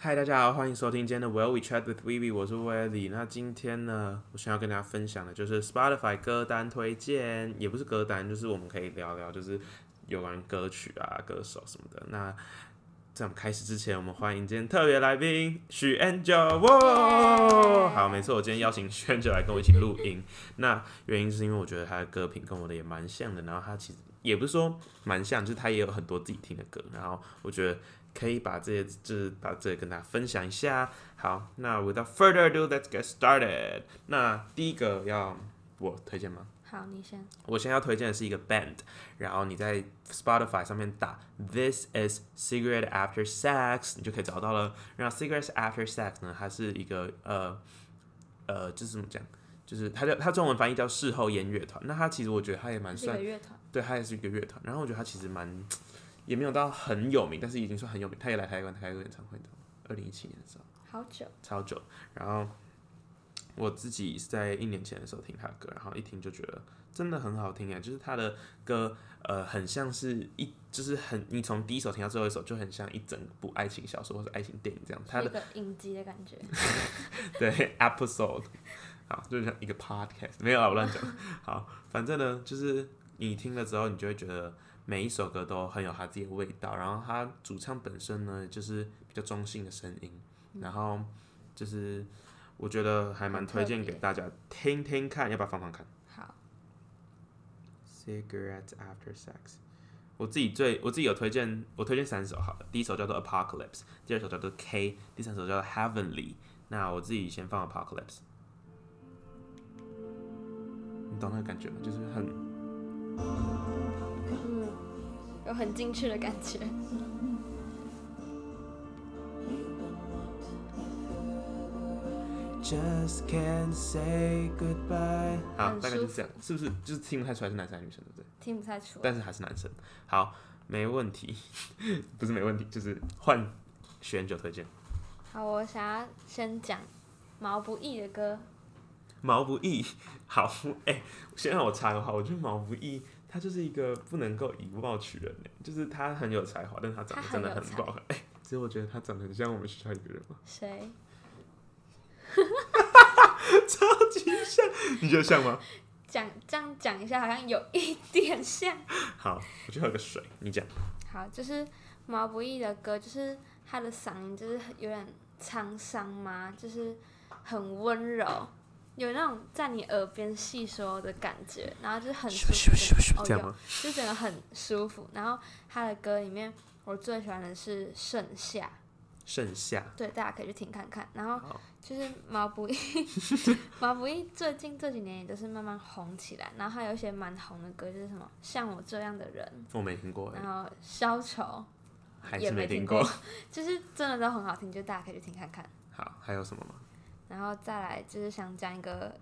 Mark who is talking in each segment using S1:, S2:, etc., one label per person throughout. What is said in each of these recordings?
S1: 嗨，大家好，欢迎收听今天的 Well We Chat with Vivi，我是 Willy。那今天呢，我想要跟大家分享的就是 Spotify 歌单推荐，也不是歌单，就是我们可以聊聊，就是有关于歌曲啊、歌手什么的。那在我们开始之前，我们欢迎今天特别来宾许 Angel。哇，好，没错，我今天邀请许 Angel 来跟我一起录音。那原因是因为我觉得他的歌品跟我的也蛮像的，然后他其实也不是说蛮像，就是他也有很多自己听的歌，然后我觉得。可以把这些，就是把这跟大家分享一下。好，那 without further ado，let's get started。那第一个要我推荐吗？
S2: 好，你先。
S1: 我现在要推荐的是一个 band，然后你在 Spotify 上面打 This is Cigarette After Sex，你就可以找到了。然后 Cigarette After Sex 呢，它是一个呃呃，就是怎么讲，就是它叫它中文翻译叫事后烟乐团。那它其实我觉得它也蛮
S2: 是一
S1: 算
S2: 个乐团，
S1: 对，他也是一个乐团。然后我觉得他其实蛮，也没有到很有名，但是已经算很有名。他也来台湾开过演唱会的，二零一七年的时候，
S2: 好久。
S1: 超久。然后我自己是在一年前的时候听他的歌，然后一听就觉得真的很好听哎，就是他的歌，呃，很像是一，就是很你从第一首听到最后一首，就很像一整部爱情小说或者爱情电影这样。他
S2: 是一
S1: 的
S2: 个影集的感觉，
S1: 对 episode，好，就像一个 podcast，没有啊，我乱讲。好，反正呢，就是你听了之后，你就会觉得每一首歌都很有它自己的味道。然后它主唱本身呢，就是比较中性的声音，然后就是我觉得还蛮
S2: 很
S1: 推
S2: 特
S1: 荐给
S2: 别
S1: 大家听听看，要不要放放看
S2: 好，
S1: ？Cigarettes after sex。我自己最我自己有推荐，我推荐三首好了。第一首叫做 Apocalypse，第二首叫做 K，第三首叫做 Heavenly。那我自己先放 Apocalypse。你懂那个感觉吗？就是很
S2: 嗯，有很进去的感觉。
S1: Just can't say goodbye。好，
S2: 很
S1: 大概就是
S2: 舒
S1: 这样，是不是？就是听不太出来是男生还是女生，对不对？
S2: 听不太出来。
S1: 但是还是男生。好，没问题， 不是没问题，就是换选九推荐。
S2: 好，我想要先讲毛不易的歌，
S1: 毛不易， 好，哎、先让我插个话，我觉得毛不易他就是一个不能够以貌取人的，就是他很有才华，但是他长得真的很不好看。哎、其实我觉得他长得很像我们学校一个 人嘛，
S2: 谁？
S1: 你觉得像吗？
S2: 讲这样讲一下，好像有一点像。
S1: 好，我去喝个水，你讲。
S2: 好，就是毛不易的歌，就是他的嗓音就是有点沧桑嘛，就是很温柔，有那种在你耳边细说的感觉，然后就是很舒服的，哦
S1: 这样
S2: 有
S1: 吗？
S2: 就整个很舒服。然后他的歌里面，我最喜欢的是《盛夏》，
S1: 盛夏，
S2: 对，大家可以去听看看。然后
S1: 好
S2: 就是毛不易， 毛不易最近这几年也就是慢慢红起来，然后还有一些蛮红的歌，就是什么像我这样的人，
S1: 我没听过、哎
S2: 然后消愁，
S1: 还
S2: 啊也
S1: 是
S2: 没
S1: 听
S2: 听
S1: 过。
S2: 就是真的都很好听，就大家可以去听看看。
S1: 好，还有什么吗？
S2: 然后再来就是想讲一个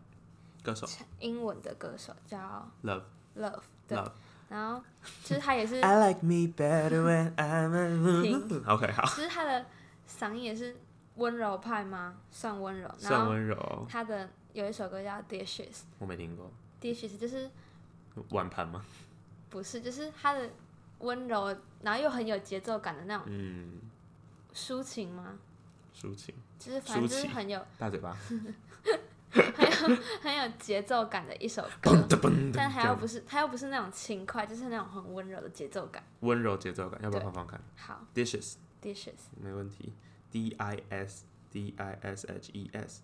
S1: 歌手
S2: 英文的歌手叫
S1: Love
S2: Love，对
S1: Love。
S2: 然后就是他也是
S1: I like me better when I'm alone
S2: 停。
S1: OK，好，
S2: 其实他的嗓音也是温柔派吗？算温柔。然
S1: 算
S2: 后
S1: 温柔，
S2: 他的有一首歌叫《Dishes
S1: 我没听过。》
S2: ，Dishes 就是
S1: 碗盘吗？
S2: 不是就是他的温柔，然后又很有节奏感的那种
S1: 嗯，
S2: 抒情吗？
S1: 抒情，
S2: 就是反正就
S1: 抒
S2: 是
S1: 情
S2: 很有
S1: 大嘴巴。
S2: 很有节奏感的一 首歌
S1: 嘣，的嘣的，
S2: 嗯但他
S1: 嗯这
S2: 又
S1: 样
S2: 不是他又不是那种轻快，就是那种很温柔的节奏感。
S1: 温柔节奏感，要不要
S2: 对
S1: 放放看
S2: 好
S1: ？Dishes
S2: ，Dishes
S1: 没问题，D I S D I S H E S。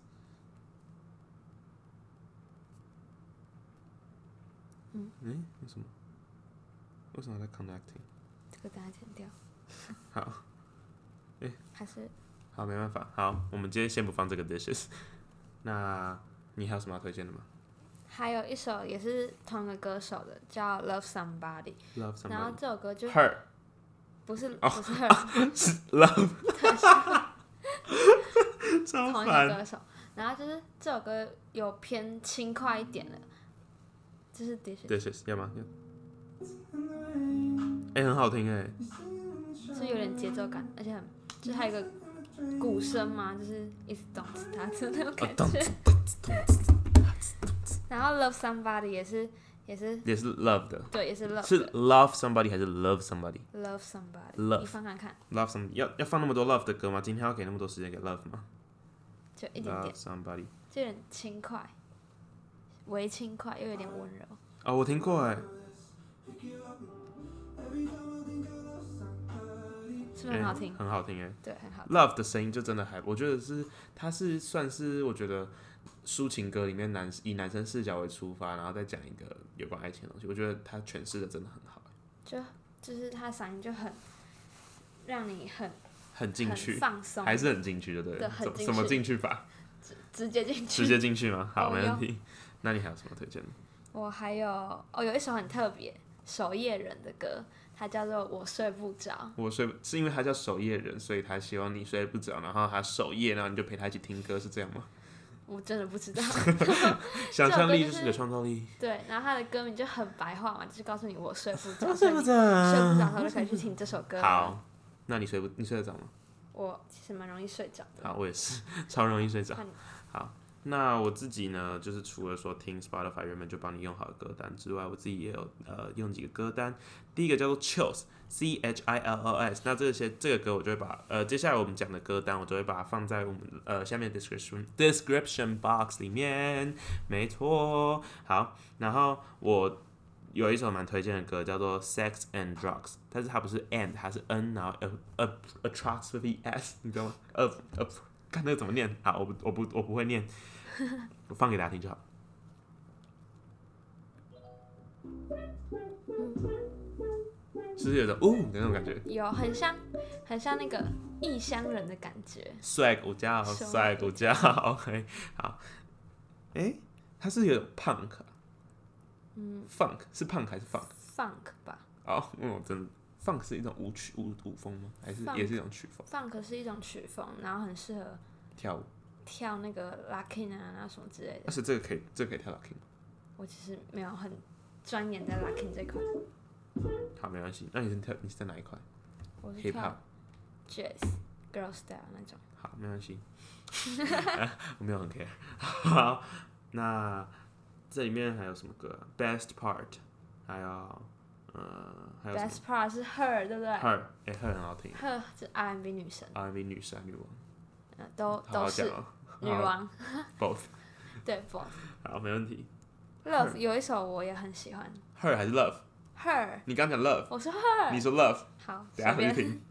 S2: 嗯，
S1: 哎、为什么？为什么在 connecting？
S2: 这个等下剪掉，
S1: 好，
S2: 还是
S1: 好，没办法，好，我们今天先不放这个 dishes。那你还有什么要推荐的吗
S2: 还有一首也是同一个歌手的，叫《Love Somebody》，
S1: ？Love
S2: 然后
S1: somebody,
S2: 这首歌就
S1: her
S2: 不是
S1: 哦
S2: 不是 her，
S1: 是 love，
S2: 同
S1: 超
S2: 一个
S1: 烦。
S2: 歌手。然后就是这首歌有偏轻快一点的，就是 Dishes，
S1: dishes 要吗？要哎、很好听哎、
S2: 就是有点节奏感，而且很就是还有一个鼓声嘛，就是一直咚
S1: 哦
S2: 哧哒哧那种感觉。然后 Love Somebody 也是也是
S1: 也是 love 的，
S2: 对，也是 love
S1: 是 love somebody 还是 love somebody？love
S2: love somebody。
S1: Love
S2: 你放看看，
S1: some 要要放那么多 love 的歌吗？今天要给那么多时间给 love 吗
S2: 就一点
S1: ？love
S2: 点，
S1: somebody
S2: 就有点轻快，微轻快又有点温柔。
S1: 哦，我听过哎，
S2: 是不嗯是很好听？
S1: 哎很好听哎。
S2: 对，很好听。
S1: Love 的声音就真的还，我觉得是它是算是我觉得抒情歌里面男以男生视角为出发，然后再讲一个有关爱情的东西，我觉得他诠释的真的很好，
S2: 就就是他嗓音就很让你很
S1: 很进
S2: 很
S1: 去，
S2: 放松，
S1: 还是很进去，对不对
S2: 对
S1: 了？
S2: 很
S1: 怎么
S2: 进
S1: 什么
S2: 去
S1: 进去法？
S2: 直接进
S1: 直
S2: 去。
S1: 接进去吗？好，
S2: 哦
S1: 没
S2: 哟
S1: 问题。那你还有什么推荐的？
S2: 我还有哦，有一首很特别，守夜人的歌，它叫做《我睡不着
S1: 我睡不是因为他叫守夜人，所以他希望你睡不着，然后他守夜，然后你就陪他一起听歌，是这样吗？》，
S2: 我真的不 知道。
S1: 想象力就是
S2: 这首歌就是
S1: 你的创造力。
S2: 对，然后他的歌名就很白话嘛，就是告诉你我睡不 着，所
S1: 睡
S2: 以
S1: 不
S2: 你
S1: 着，
S2: 睡不着的时候就可以去听这首歌。，
S1: 啊好，那你睡不你睡得着吗？
S2: 我其实蛮容易睡着的。
S1: 好，我也是， 超容易睡着
S2: 换你。
S1: 好，那我自己呢，就是除了说听 Spotify 原本就帮你用好的歌单之外，我自己也有呃用几个歌单。第一个叫做 Chills。C H I L L S，那这些这个歌我就会把呃，接下来我们讲的歌单，我就会把它放在我们呃下面的 description description box 里面，没错。好，然后我有一首蛮推荐的歌叫做 Sex and Drugs，但是它不是 and，它是 n，然后 a a apostrophe s，你知道吗？a a 看那个怎么念？好，我不我不我不会念，我放给大家听就好。是不是有种哦的那种感觉
S2: 有很像很像那个异乡人的感觉，
S1: 帅骨架，
S2: 是吗
S1: 帅骨架，OK，好。哎、它是有种 punk，嗯，funk 是 punk 还是 funk？
S2: funk 吧
S1: 哦，嗯，真的，funk 是一种舞曲舞舞风吗？还是
S2: Funk
S1: 也是一种曲风？
S2: ，funk 是一种曲风，然后很适合
S1: 跳舞，
S2: 跳那个 locking 啊，然后什么之类的
S1: 但。是这个可以，这个可以跳到 king。
S2: 我其实没有很钻研在 locking 这块，
S1: 好，没关系。那你是跳你是在哪一块
S2: 我是
S1: ？hip hop
S2: 跳。jazz girl style 那种。
S1: 好，没关系， 我没有很 care。好，那这里面还有什么歌啊？Best part，还有呃，还有什
S2: best part 是 her 对不对
S1: 么？Her，哎、h e r 很好听
S2: ？her 是 R&B 女神，
S1: ，R&B 女神女王，
S2: 呃都
S1: 好
S2: 都
S1: 好讲
S2: 是
S1: 哦。
S2: 女
S1: 好
S2: 王，
S1: ，Both，
S2: 对不
S1: 好，没问题。
S2: ？Love 有一首我也很喜欢
S1: Her 还是 Love？
S2: ，her
S1: 你刚讲 Love，
S2: 我说 her，
S1: 你说 Love，
S2: 好，
S1: 等一下
S2: 随
S1: 回去
S2: 便
S1: 听。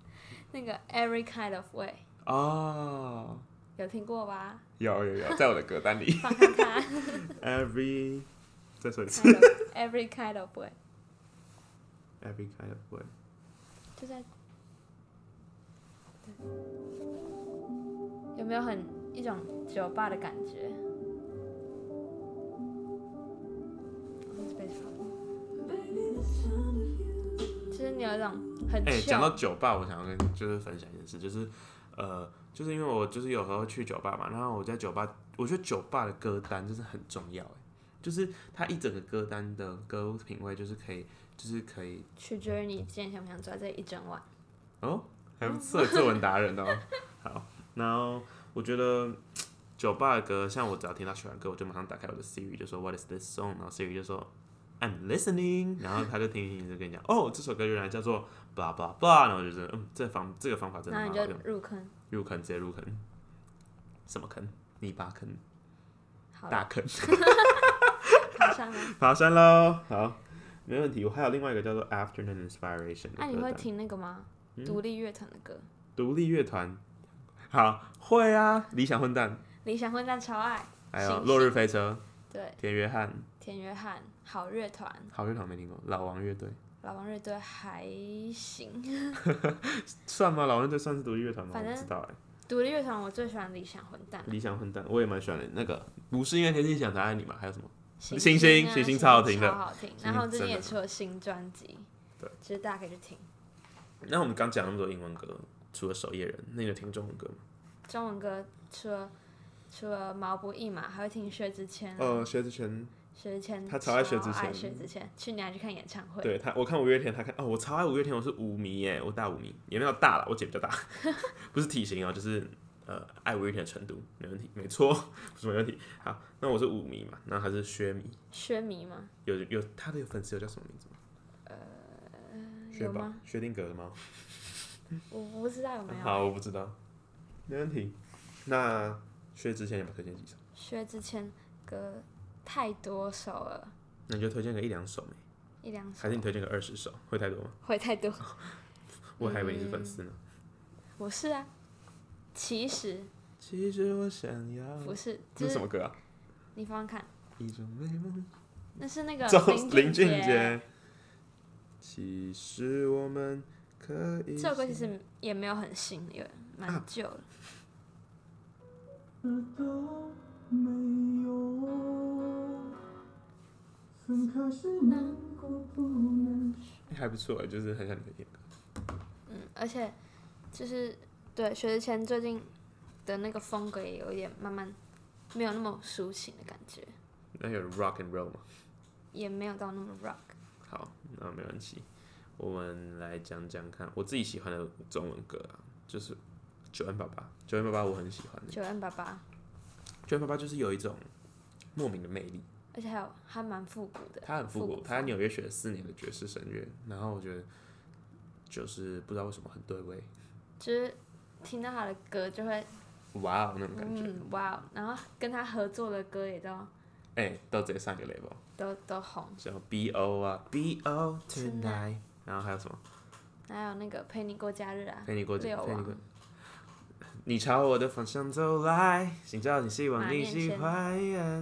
S2: 那个 Every Kind of Way
S1: 哦，
S2: 有听过吧？
S1: 有有有，在我的歌单 里。
S2: 放 看看
S1: Every，再说一次
S2: kind of- Every Kind of Way
S1: ，Every kind of way。
S2: 就在对有没有很一种酒吧的感觉？我是 bass part 就是你有一种很
S1: 哎、
S2: chill
S1: 讲到酒吧，我想要跟就是分享一件事，就是呃，就是因为我就是有时候去酒吧嘛，然后我在酒吧，我觉得酒吧的歌单真的很重要，哎，就是它一整个歌单的歌品味就是可以，就是可以
S2: 取决于你今天想不想坐在这里一整晚。
S1: 哦，还不错，作文达人哦。好，然后我觉得嘖酒吧的歌，像我只要听到喜欢的歌，我就马上打开我的 Siri 就说 What is this song？然后 Siri 就说 I'm listening，然后他就听一听就跟你讲，哦，这首歌原来叫做 blah blah blah，然后我就觉得嗯，这方这个方法真的
S2: 然
S1: 蛮
S2: 后
S1: 好
S2: 你就
S1: 用，
S2: 入坑，
S1: 入坑直接入坑，什么坑？泥巴坑、
S2: 好啊
S1: 大
S2: 了，
S1: 坑，
S2: 爬山吗？
S1: 爬山喽。好，没问题。我还有另外一个叫做 Afternoon Inspiration 的歌单。
S2: 啊
S1: 嗯
S2: 那、你会听那个吗？独立乐团的歌，
S1: 独立乐团？好，会啊，理想混蛋。
S2: 理想混蛋超爱，
S1: 还有
S2: 星
S1: 落日飞车、
S2: 对，
S1: 田约翰、
S2: 田约翰，好乐团，
S1: 好乐团没听过，老王乐队
S2: 老王乐队还行。
S1: 算吗？老王乐队算是独立乐团吗？我
S2: 反
S1: 不
S2: 正
S1: 知道哎、
S2: 独立乐团我最喜欢理想混蛋，
S1: 理想混蛋，我也蛮喜欢的。那个不是因为天气想才爱你吗？还有什么？
S2: 星
S1: 星
S2: 星
S1: 星
S2: 啊
S1: 星
S2: 星
S1: 超好听的
S2: 超好听。
S1: 星
S2: 然后
S1: 真
S2: 最
S1: 的
S2: 近也出了新专辑，
S1: 对，
S2: 就是大家可以去听。
S1: 那我们刚讲那么多英文歌，除了守夜人，那你有听中文歌吗？
S2: 中文歌除了除了毛不易嘛，还会听薛之谦啊、
S1: 呃，薛之谦，
S2: 薛之谦
S1: 他超
S2: 超
S1: 爱
S2: 爱
S1: 薛之谦
S2: 薛之谦，去年还去看演唱会，
S1: 对他，我看五月天，他看哦，我 超爱五月天，我是舞迷耶，我大舞迷，也没有大啦，我姐比较大，不是体型哦、就是呃爱五月天的程度，没问题，没错，不是没问题。好，那我是五迷嘛，那他是薛迷，
S2: 薛迷吗？
S1: 有有他的有粉丝有叫什么名字吗？薛
S2: 呃有
S1: 宝
S2: 吗？
S1: 薛定谔的吗？
S2: 我不知道有啊没有。
S1: 好，我不知道，没问题。那薛之前有没有推荐几首？
S2: 薛之谦歌太多首了，
S1: 那你就推荐个一两首没？
S2: 一两首
S1: 还是你推荐个二十首？会太多吗？
S2: 会太多。
S1: 我还以为你是粉丝
S2: 嗯
S1: 呢。
S2: 我是啊，其实
S1: 其实我想要，
S2: 不是，
S1: 嗯这
S2: 就是
S1: 什
S2: 是
S1: 么歌啊？
S2: 你翻翻看，
S1: 一种美梦。
S2: 那是那个
S1: 这
S2: 林
S1: 林俊
S2: 俊杰。
S1: 杰。其实我们可以。
S2: 这首歌其实也没有很新，也
S1: 啊
S2: 蛮旧的。
S3: 事都没有，分开是难过不能说。
S1: 还不错，就是很像你的点歌。
S2: 嗯，而且就是对薛之谦最近的那个风格也有一点慢慢没有那么抒情的感觉，
S1: 那有 rock and roll 吗？
S2: 也没有到那么 rock。
S1: 好，那没关系，我们来讲讲看我自己喜欢的中文歌啊，就是九恩爸爸，九恩爸爸我很喜欢，
S2: 九 N 八八，
S1: 九恩爸爸就是有一种莫名的魅力，
S2: 而且还有还蛮复古的，
S1: 他很复古，他在
S2: 风
S1: 纽约学了四年的爵士声乐，然后我觉得就是不知道为什么很对味，
S2: 就是听到他的歌就会
S1: 哇、哦那种感觉，
S2: 嗯哇哦，然后跟他合作的歌也都
S1: 哎、到直接上一个 level，
S2: 都都红，
S1: 像 B O 啊，B O tonight，然后还有什么
S2: 还有那个陪你过假日啊，
S1: 陪你过节，
S2: 六
S1: 陪你
S2: 王
S1: 过。你朝我的方向走来，请叫你希
S2: 马
S1: 望你
S2: 念
S1: 喜
S2: 先
S1: 欢。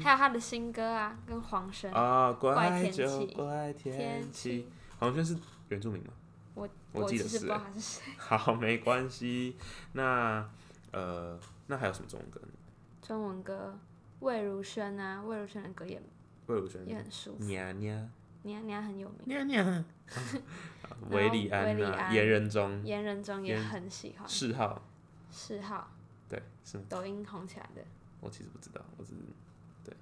S2: 还有他的新歌啊，跟黄轩，
S1: 啊，
S2: 怪
S1: 怪
S2: 天
S1: 就
S2: 气
S1: 怪
S2: 天
S1: 天
S2: 气
S1: 气。黄轩是原住民吗？
S2: 我
S1: 我记
S2: 其
S1: 得
S2: 实不
S1: 是
S2: 知道
S1: 欸。
S2: 他是谁，
S1: 好，没关系。那呃，那还有什么中文歌呢？
S2: 中文歌魏如萱啊，魏如萱的歌也
S1: 魏如萱
S2: 也很舒服，
S1: 娘娘
S2: 你啊你啊很有名，
S1: 娘 娘，韦礼
S2: 韦
S1: 安啊
S2: 礼
S1: 呐，
S2: 安
S1: 严仁宗，
S2: 严仁中也
S1: 严
S2: 很喜欢，
S1: 嗜好，
S2: 嗜好
S1: 对，是吗
S2: 抖音红起来的，
S1: 我其实不知道，我只是对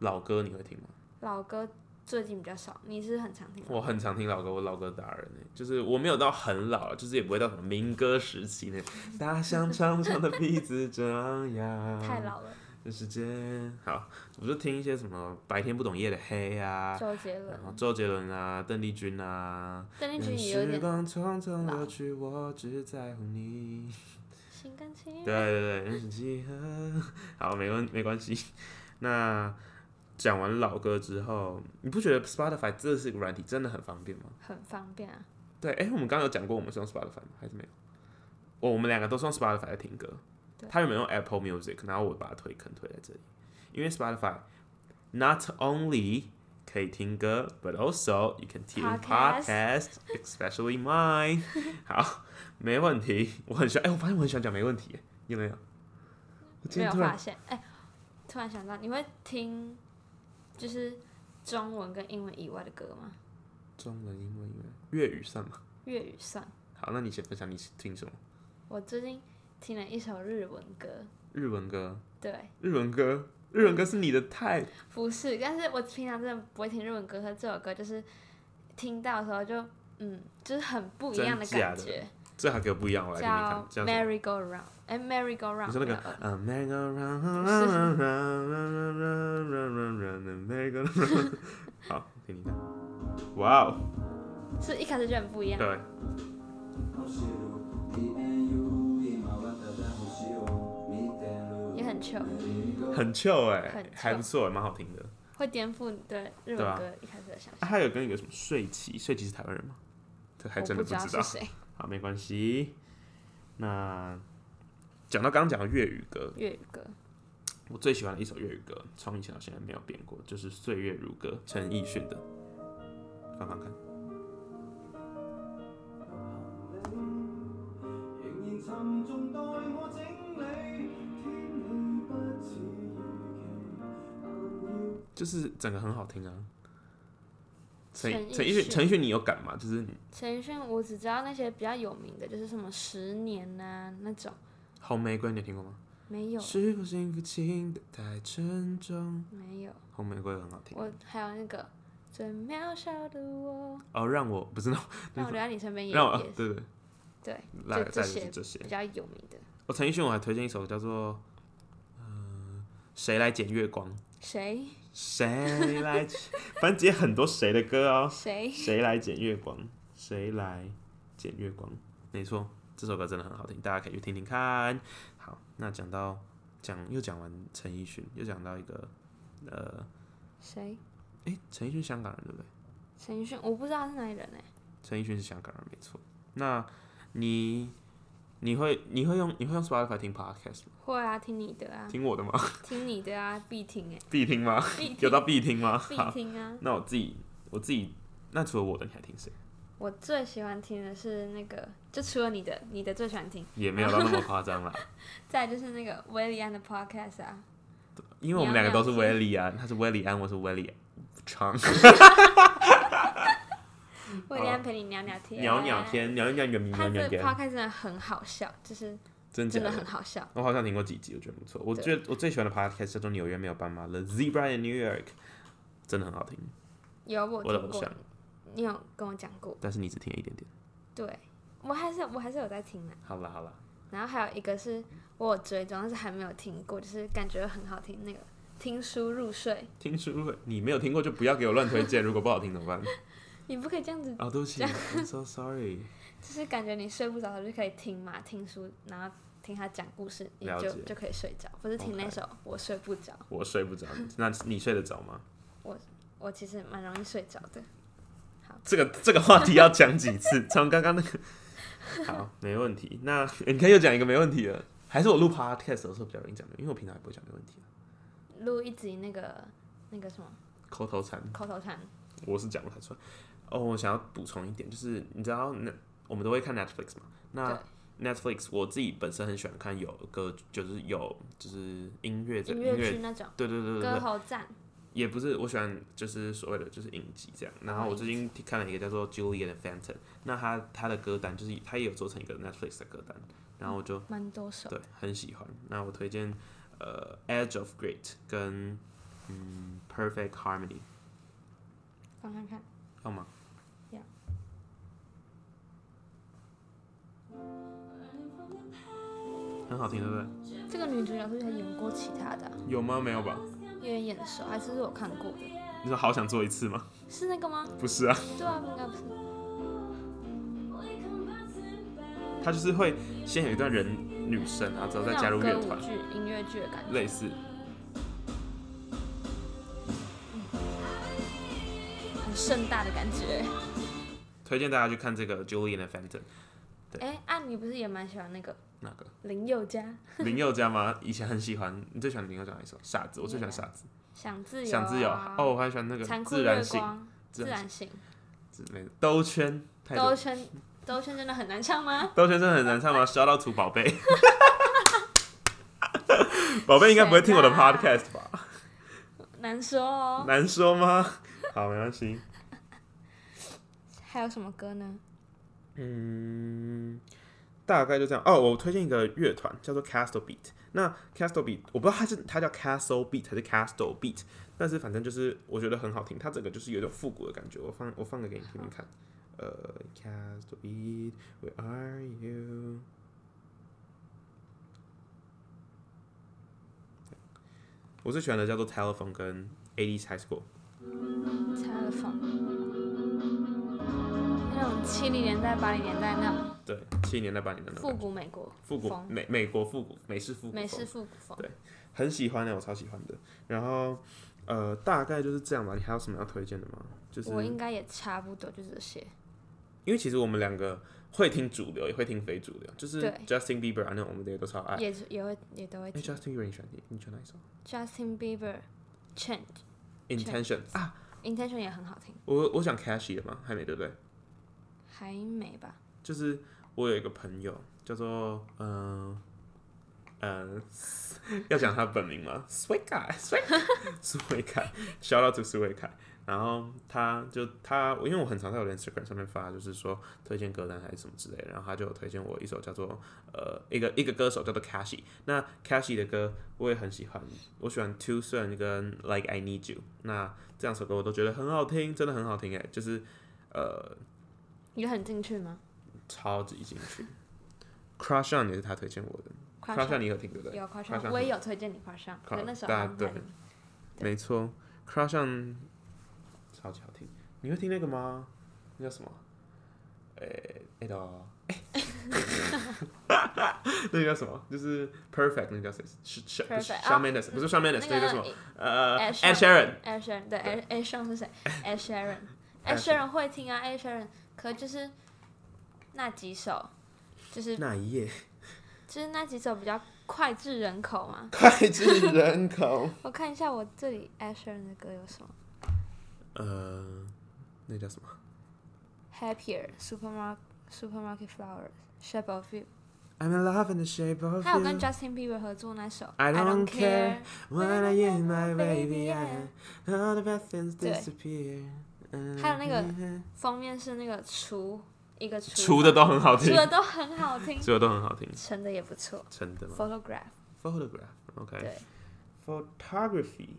S1: 老歌你会听吗？
S2: 老歌最近比较少，你是很常听
S1: 我
S2: 吗？
S1: 很常听老歌，我老歌达人呢、欸就是我没有到很老，就是也不会到什么民歌时期那种。大象长长的鼻子张扬，
S2: 太老了，
S1: 这时间好，我就听一些什么白天不懂夜的黑啊，
S2: 周杰伦
S1: 然、后周杰伦啊、邓丽君啊。
S2: 邓丽君
S1: 任
S2: 也有
S1: 时
S2: 点
S1: 光匆匆
S2: 老
S1: 流去，我只在乎你。
S2: 心甘情
S1: 对
S2: 愿。
S1: 对对，人生几何？ 好，没关没关系。那讲完老歌之后，你不觉得 Spotify 这是个软体真的很方便吗？
S2: 很方便啊，
S1: 对，哎、我们刚刚有讲过我们是用 Spotify 吗？还是没有？哦我我们两个都是用 Spotify 在听歌
S2: 对。
S1: 他有没有用 Apple Music？然后我把它推坑推在这里，因为 Spotify not only 可以听歌，but also you can 听
S2: Podcast
S1: podcast，especially mine。好， 没问题，我很喜欢。哎、我发现我很喜欢讲没问题，有没有？我今天
S2: 没有
S1: 突
S2: 发
S1: 然
S2: 现。哎、突然想到，你会听就是中文跟英文以外的歌吗？
S1: 中文、英文、英文、粤语算吗？
S2: 粤语算。
S1: 好，那你先分享你听什么
S2: 我最近听了一首日文歌，
S1: 日文歌？
S2: 对，
S1: 日文歌，日文歌是你的太
S2: 不是，但是我平常真的不会听日文歌，所以这首歌就是听到的时候就嗯，就是很不一样
S1: 真假
S2: 感
S1: 的
S2: 觉，
S1: 这还给我不一样，我来听听看
S2: 叫。
S1: 这样子
S2: Merry Go Round，哎，Merry Go Round，
S1: 你说那个啊，Merry
S2: 没有
S1: Go Round，Merry Go Round，好， 听听看。哇哦，
S2: 是一开始就很不一样，
S1: 对，啊
S2: 也很 chill，
S1: 很 chill
S2: 很
S1: 哎
S2: chill，
S1: 还不错，蛮好听的。
S2: 会颠覆你对日
S1: 对
S2: 文
S1: 啊
S2: 歌一开始的想
S1: 啊
S2: 象。
S1: 还有跟一个什么睡起，睡起是台湾人吗？这 还
S2: 我
S1: 真的
S2: 不知道
S1: 知
S2: 是
S1: 道。
S2: 谁，
S1: 好，没关系。那讲到刚刚讲的粤语歌，
S2: 粤语歌，
S1: 我最喜欢的一首粤语歌，从以前到现在没有变过，就是《岁月如歌》，陈奕迅的。放放看。
S3: 仍然沉重待我整理，天氣不似預期，但要。
S1: 就是整个很好听啊。 陈
S2: 陈奕
S1: 陈奕迅，
S2: 迅
S1: 陈奕迅，你有感吗？就是
S2: 陈奕迅，我只知道那些比较有名的，就是什么十年呐、那种，
S1: 《红玫瑰》，你有听过吗？
S2: 没有
S1: 是否幸福轻得太沉重？
S2: 没有，
S1: 红玫瑰很好听。
S2: 我还有那个最渺小的我，
S1: 哦，让我不是那
S2: 让我留在你身边也
S1: 让我
S2: 也
S1: 对对，
S2: 对，
S1: 大概
S2: 就
S1: 大
S2: 这
S1: 概就是
S2: 些
S1: 这些
S2: 比。较有名的。
S1: 我陈奕迅我还推荐一首叫做《嗯、谁来捡月光》，
S2: 谁
S1: 谁来捡，反正接很多谁的歌哦。
S2: 谁
S1: 谁来捡月光？谁来捡月光？没错，这首歌真的很好听，大家可以去听听看。好，那讲到讲又讲完陈奕迅，又讲到一个呃，
S2: 谁
S1: 诶，陈奕迅香港人对不对？
S2: 陈奕迅，我不知道他是哪里人哎、
S1: 陈奕迅是香港人没错。那你你会你会用你会用 Spotify 听 podcast 吗？
S2: 会啊，听你的啊，
S1: 听我的吗？
S2: 听你的啊，必听哎、
S1: 必听 吗？
S2: 必
S1: 有
S2: 听
S1: 到必听吗？
S2: 必
S1: 好，
S2: 听啊。
S1: 那我自己我自己那除了我的你还听谁？
S2: 我最喜欢听的是那个，就除了你的，你的最喜欢听，
S1: 也没有到那 么夸张啦，
S2: 再来就是那个威利安的 podcast 啊，
S1: 因为我们两个都是威利安，他是威利安，我是威利长
S2: 威利安陪你聊聊天，
S1: 哦 鸟
S2: 啊
S1: 鸟，天，鸟一鸟，原名
S2: 他
S1: 鸟鸟
S2: 的
S1: 天，
S2: podcast 真的很好笑，就是
S1: 真假
S2: 真的
S1: 的
S2: 很？好笑。
S1: 我好像听过几集，我觉得不错。我觉得我最喜欢的 podcast 叫做《纽约没有斑马》The Zebra in New York，真的很好听。
S2: 有我
S1: 我的
S2: 听
S1: 偶
S2: 过
S1: 像，，
S2: 你有跟我讲过，
S1: 但是你只听了一点点。
S2: 对我还是我还是有在听啊。
S1: 好了好了，
S2: 然后还有一个是我有追踪，但是还没有听过，就是感觉很好听那个。听书入睡，
S1: 听书会你没有听过就不要给我乱推荐，如果不好听怎么 办？
S2: 你不可以这样子，
S1: 哦，对不 起，I'm so sorry。
S2: 就是感觉你睡不着就可以听嘛，听书，然后听他讲故事，你
S1: 了
S2: 就
S1: 解
S2: 就可以睡着，不是听那
S1: OK
S2: 首我睡不着。
S1: 我睡不着，那你睡得着吗？
S2: 我其实蛮容易睡着的。
S1: 这个这个话题要讲几次？ 从刚刚那 个，好，没问题。那你看又讲一个没问题了，还是我录 podcast 的时候比较容易讲的，因为我平常也不会讲没问题啊。
S2: 录一集那个那个什么
S1: 口头禅，
S2: 口头禅，
S1: 我是讲不太出来。哦，我想要补充一点，就是你知道那我们都会看 Netflix 嘛？那 Netflix 我自己本身很喜欢看有歌，就是有就是音乐的
S2: 音
S1: 音
S2: 乐剧
S1: 乐，
S2: 那种
S1: 对对对对
S2: 歌
S1: 对，
S2: 喉战，
S1: 也不是我喜欢就是所谓的就是影集这样。然后我最近看了一个叫做 Julian Fenton，那他他的歌单就是他也有做成一
S2: 嗯
S1: 个 Netflix 的歌单，然后我就
S2: 蛮多首。
S1: 对，很喜欢。那我推荐呃《Edge of Great》跟嗯《Perfect Harmony》，
S2: 放看看，
S1: 要吗？很好听，对不对？
S2: 这个女主角是不是还演过其他的啊、
S1: 有吗？没有吧？
S2: 有点眼熟，还是我看过的？
S1: 你说好想做一次吗？
S2: 是那个吗？
S1: 不是啊，
S2: 对啊，应该不是。
S1: 他就是会先有一段人女声，然后之后再加入乐
S2: 那种歌
S1: 团
S2: 舞，剧、音乐剧的感觉。
S1: 类似。
S2: 很盛大的感觉。
S1: 推荐大家去看这个 Julian Fenton 对
S2: 哎，啊，你不是也蛮喜欢那个
S1: 那个
S2: 林宥嘉
S1: 林宥嘉吗？ 以前很喜欢，你最喜欢林宥嘉哪一首？傻子，我最喜欢傻子，
S2: 《想自由》？
S1: 想自由。哦，，我还喜欢那个
S2: 啊残酷
S1: 自
S2: 月
S1: 然醒，
S2: 光，自然醒。
S1: 自那个兜圈，太多
S2: 兜圈，兜圈真的很难唱吗？
S1: 兜圈真的很难唱吗？刷到土宝贝， 宝贝应该不会听我的
S2: 谁啊啦
S1: podcast 吧？
S2: 难说哦。
S1: 难说吗？好，没关系。
S2: 还有什么歌呢？
S1: 嗯，大概就这样。哦，我推荐一个乐团叫做 Castle Beat。那 Castle Beat，我不知道它是它叫 Castle Beat 还是 Castle Beat，但是反正就是我觉得很好听，它整个就是有一种复古的感觉。我放我放个给你听听看。呃，Castle Beat，Where are you？我最喜欢的叫做 Telephone 跟 80s High School。
S2: 拆了缝，那种七零年代、八零年代那种
S1: 对，七零年代八零年代那
S2: 复
S1: 种
S2: 古美国
S1: 复古
S2: 风、
S1: 美美国复古美式复古
S2: 美
S1: 风
S2: 式复古风
S1: 对。很喜欢欸的，我超喜欢的。然后呃，大概就是这样吧。你还有什么要推荐的吗？就是
S2: 我应该也差不多就这些。
S1: 因为其实我们两个会听主流，也会听非主流，就是
S2: 对
S1: Justin Bieber 啊，那种我们这些都超爱。
S2: 也也会也都会
S1: 哎
S2: 听。
S1: ，Justin Bieber 你喜欢你你喜欢哪一首
S2: Justin Bieber、Change、
S1: ？Intention 啊，
S2: Intention 也很好听，
S1: 我我讲 Cashy 的嘛，还没对不对？
S2: 还没吧？
S1: 就是我有一个朋友叫做嗯嗯、要讲他本名吗？苏伟凯，苏伟苏伟凯，shout out to 苏伟凯。然后他就他，因为我很常在我的 Instagram 上面发，就是说推荐歌单还是什么之类的，然后他就有推荐我一首叫做呃一个一个歌手叫做 Cashy，那 Cashy 的歌我也很喜欢，我喜欢 Too Soon 跟 Like I Need You，那这两首欸歌我都觉得很好听，真的很好听哎，就是呃
S2: 你很进去吗？
S1: 超级进去。Crush on 也是他推荐我的
S2: 夸
S1: ，Crush on
S2: 上
S1: 你有听对不对？
S2: 有夸
S1: 夸
S2: 上，
S1: 上
S2: 我也有推荐你夸上，
S1: 夸
S2: 可那时候
S1: 大
S2: 好像
S1: 对
S2: 还对
S1: 没错，Crush on 超级好听。你会听那个吗？那叫什么？诶、那个哎， 那个叫什么？就是 Perfect，那个叫谁？是是
S2: Perfect，
S1: 是
S2: 哦
S1: Shawn Mendes，不是 Shawn Mendes，那个叫什么？呃
S2: Ed
S1: ，Ed
S2: Sheeran
S1: Sheeran。
S2: Ed Sheeran，对，Ed Ed Sheeran 是谁？Ed Sheeran，Ed
S1: Ed
S2: Sheeran 会听啊，Ed Sheeran，可就是那几首，就是
S1: 那一 夜
S2: 就是那几首比较脍炙人口嘛。
S1: 脍炙人口。
S2: 我看一下我这里 Ed Sheeran 的歌有什么
S1: 呃，那叫什么？
S2: ，Happier、Supermarket、Supermarket Flowers、Shape of You，
S1: I'm in love in the shape of
S2: 还有跟
S1: you.
S2: Justin Bieber 合作那首
S1: I don't care。
S2: Care
S1: When I hear my baby,
S2: Baby,
S1: I all the bad things
S2: 对
S1: disappear. 嗯
S2: 还有那个封面是那个厨，一个厨
S1: 除的都很好
S2: 除
S1: 听，
S2: 的都很 好听，
S1: 除的都很好听，
S2: 成的也不错。
S1: 真的吗
S2: Photograph，
S1: ？Photograph, OK,
S2: 对，
S1: photography。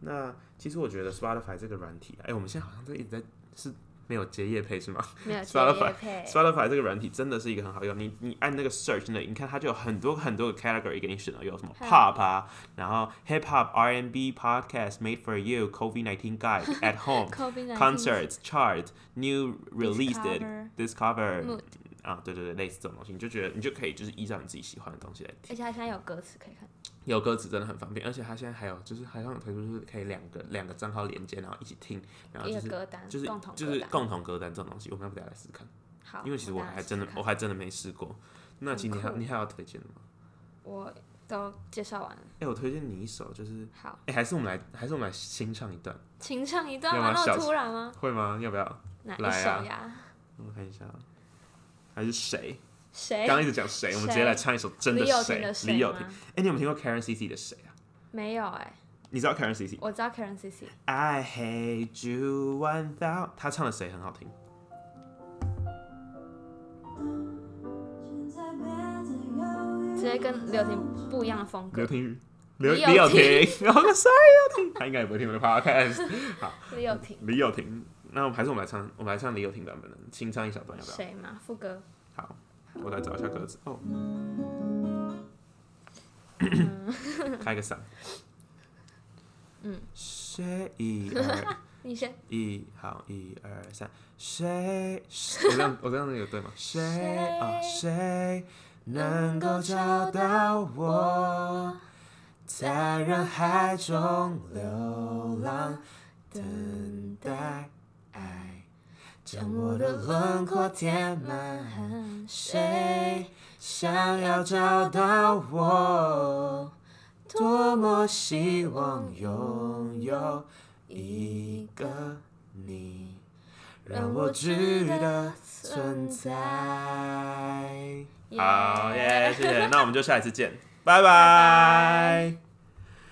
S1: 那其实我觉得 Spotify 这个软体啊，哎、我们现在好像在一直在是没有接业配是吗？
S2: 没有接
S1: Spotify
S2: 叶配，
S1: Spotify 这个软体真的是一个很好用，你你按那个 search 那里，你看它就有很多很多个 category 给你选了，有什么
S2: 嗯
S1: pop 啊，然后 hip hop、R&B、podcast、made for you、COVID 19 guide、at home、
S2: COVID-19
S1: concerts、chart、new released、
S2: Discover
S1: discover
S2: Mood
S1: 啊，对对对，类似这种东西，你就觉得你就可以就是依照你自己喜欢的东西来听，
S2: 而且它现在有歌词可以看，
S1: 有歌词真的很方便，而且它现在还有就是好像有推出就是可以两个两个账号连接，然后一起听，然后
S2: 一
S1: 就
S2: 个
S1: 是
S2: 歌单，
S1: 就是
S2: 共同
S1: 就
S2: 歌
S1: 是
S2: 单。
S1: 共同歌单这种东西，我们要不要来试试看？
S2: 好，
S1: 因为其实我
S2: 大家
S1: 还
S2: 试
S1: 真的
S2: 试看
S1: 我还真的没试过。那
S2: 很
S1: 其实你还
S2: 酷
S1: 你还要推荐的吗？
S2: 我都介绍完了。
S1: 哎、我推荐你一首，就是
S2: 好，
S1: 哎、还是我们来还是我们来清唱一段，
S2: 请唱一段吗？
S1: 要吗
S2: 那
S1: 小
S2: 么突然吗？
S1: 会吗？要不要？
S2: 哪一
S1: 来啊
S2: 首呀？
S1: 我看一下，啊还是谁？
S2: 谁
S1: 刚？刚一直讲谁，我们直接来唱一首真的
S2: 哎李友
S1: 谁
S2: 廷的？
S1: 李
S2: 谁
S1: 友廷。
S2: 吗？
S1: 哎、你有没有听过 Karen CC 的谁啊？
S2: 没有哎，
S1: 你知道 Karen CC？
S2: 我知道 Karen CC。
S1: I hate you one thou，他唱的谁很好听。
S2: 直接跟刘婷不一样的风
S1: 刘
S2: 格。
S1: 廷宇，刘
S2: 李
S1: 李友
S2: 友
S1: 廷， 然后 sorry 友廷，他应该也不会听我的 podcast。
S2: 李友廷，
S1: 李友廷，那我们还是我们来唱，我们来唱李友廷版本的，清唱一小段，要不要？
S2: 谁嘛？副歌。
S1: 好，我来找一下歌词哦。开个嗓。
S2: 嗯。
S1: 谁一二
S2: 你先。
S1: 一，好，一二三，谁？谁我这样我这样有对吗？谁啊？谁能够找到我，在人海中流浪，等待爱，将我的轮廓填满。谁想要找到我？多么希望拥有一个你，让我值得存在。好耶，谢谢，那我们就下一次见，拜拜。
S2: 拜